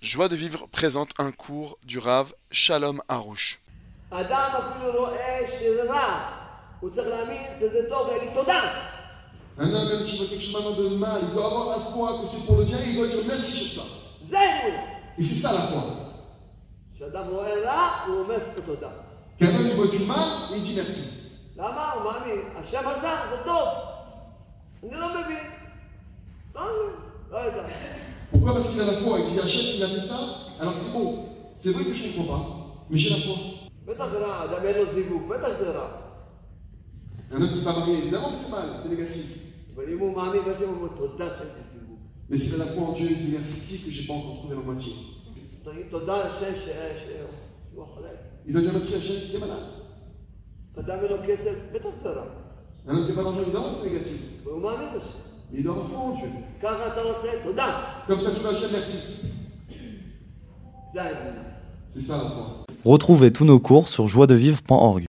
Joie de vivre présente un cours du Rav Shalom Harouche. אדם אפילו רואה שזה רע, הוא צריך להאמין שזה טוב ולהגיד תודה. Un homme, même s'il voit quelque chose maintenant de mal, il doit avoir la foi que c'est pour le bien, il doit dire merci sur ça. זה אמונה. Et c'est ça la foi. כשאדם רואה רע, הוא אומר לו תודה. Qu'un homme, il voit du mal, il dit merci. למה? הוא מאמין. השם עשה, זה טוב. אני לא מבין. לא מבין, לא יודע. Pourquoi Parce qu'il a la foi, il dit Hachem, il a fait ça, alors c'est bon. C'est vrai que je ne comprends pas, mais j'ai la foi. בטח רע, אדם אין לו זיווג, בטח שזה רע. Un homme qui n'est pas marié, évidemment que c'est mal, c'est négatif. אבל אם הוא מאמין בשם, הוא אומר תודה שאין לי זיווג. Mais s'il a la foi en Dieu, il dit merci que j'ai pas encore trouvé ma moitié. צריך להגיד תודה לשם ש- ש- שהוא חולה. Il doit dire merci à Hachem qui est malade. אדם אין לו כסף, בטח שזה רע. Un homme qui n'est pas d'argent, évidemment que c'est négatif. והוא מאמין בשם. Mais il doit avoir foi en Dieu. ככה אתה רוצה, תודה. Comme ça, tu vas à Hachem, merci. זה האמונה. C'est ça la foi. Retrouvez tous nos cours sur joiedevivre.org.